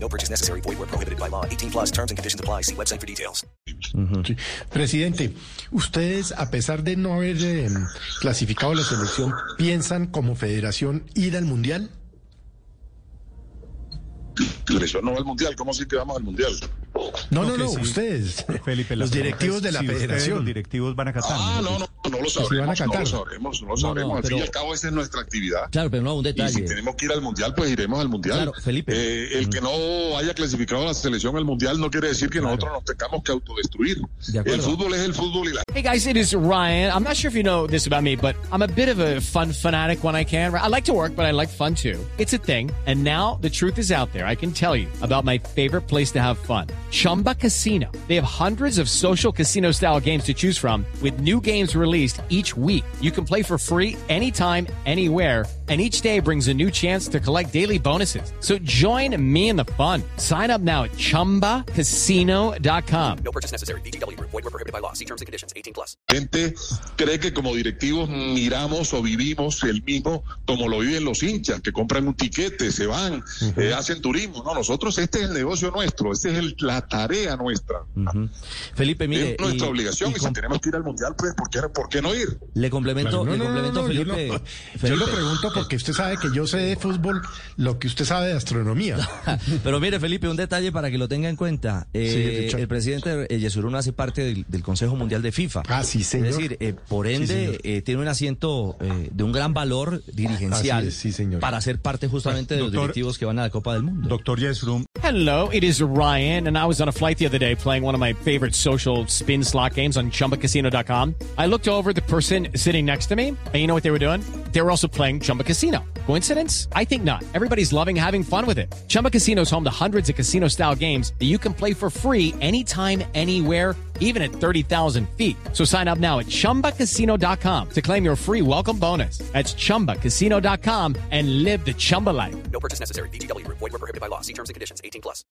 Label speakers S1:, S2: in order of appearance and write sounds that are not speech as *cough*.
S1: No purchase necessary. Void where prohibited by law. 18 plus terms and conditions apply. See website for details.
S2: Sí. Presidente, ustedes, a pesar de no haber eh, clasificado la selección, ¿piensan como federación ir al mundial?
S3: Selección no va al mundial, ¿cómo así que vamos al mundial?
S2: No, no,
S4: que
S2: no,
S4: sí.
S2: ustedes.
S4: Felipe, la
S2: los
S4: pregunta
S2: directivos
S4: es
S2: de la
S4: si ustedes,
S2: federación.
S4: Los directivos van a Qatar.
S3: Ah, no, no, no
S5: Pues
S3: lo
S2: van a
S3: sabremos, no
S2: Qatar.
S3: lo sabremos, no lo
S5: No, no,
S3: sabremos. Al fin y
S5: pero-
S3: al cabo, esa es nuestra actividad.
S5: Claro, pero no un
S3: Y si
S5: detalle.
S3: tenemos que ir al mundial, pues iremos al mundial.
S5: Claro, Felipe.
S3: Eh, el que no haya clasificado a la selección al mundial no quiere decir que nosotros nos tengamos que autodestruir.
S5: De acuerdo.
S3: el fútbol es el fútbol y la
S6: Hey guys, it is Ryan. I'm not sure if you know this about me, but I'm a bit of a fun fanatic when I can. I like to work, but I like fun too. It's a thing. And now the truth is out there. I can tell you about my favorite place to have fun Chumba Casino. They have hundreds of social casino style games to choose from, with new games released each week. You can play for free anytime, anywhere. And each day brings a new chance to collect daily bonuses. So join me in the fun. Sign up now at chumbacasino.com.
S1: No purchase necessary. BGW. Void were prohibited by law. See terms and conditions. 18 plus.
S3: gente cree que como directivos miramos o vivimos el mismo como lo viven los hinchas, que compran un tiquete, se van, eh, hacen turismo. No, nosotros, este es el negocio nuestro, esta es el- la tarea nuestra.
S5: Felipe, mire.
S3: es nuestra
S5: y-
S3: obligación
S5: y
S3: y, si
S5: com-
S3: tenemos que ir al mundial, pues, ¿por qué, por qué no ir?
S5: Le complemento,
S2: Claro, no,
S5: le
S2: no, no,
S5: complemento,
S2: no, yo no.
S5: Felipe.
S2: Yo lo
S5: Felipe.
S2: pregunto porque usted sabe que yo sé de fútbol lo que usted sabe de astronomía.
S5: *laughs* Pero mire, Felipe, un detalle para que lo tenga en cuenta. Eh,
S2: Richard.
S5: el presidente eh, Yesurún hace parte del, del Consejo Mundial de FIFA.
S2: Ah, sí, señor.
S5: Es decir, eh, por
S2: Sí,
S5: ende,
S2: señor. Ah,
S5: eh, tiene un asiento eh, de un gran valor dirigencial
S2: Así es, sí, señor.
S5: para ser parte justamente de los
S4: Doctor-
S5: directivos que van a la Copa del Mundo.
S4: Doctor Yesrum,
S6: Hello, it is Ryan, and I was on a flight the other day playing one of my favorite social spin slot games on chumbacasino.com. I looked over at the person sitting next to me, and you know what they were doing? They were also playing Chumba Casino. Coincidence? I think not. Everybody's loving having fun with it. Chumba Casino is home to hundreds of casino style games that you can play for free anytime, anywhere, even at 30,000 feet. So sign up now at chumbacasino.com to claim your free welcome bonus. That's chumbacasino.com and live the Chumba life.
S1: No purchase necessary. BGW. Void were prohibited by law. See terms and conditions. 18 plus.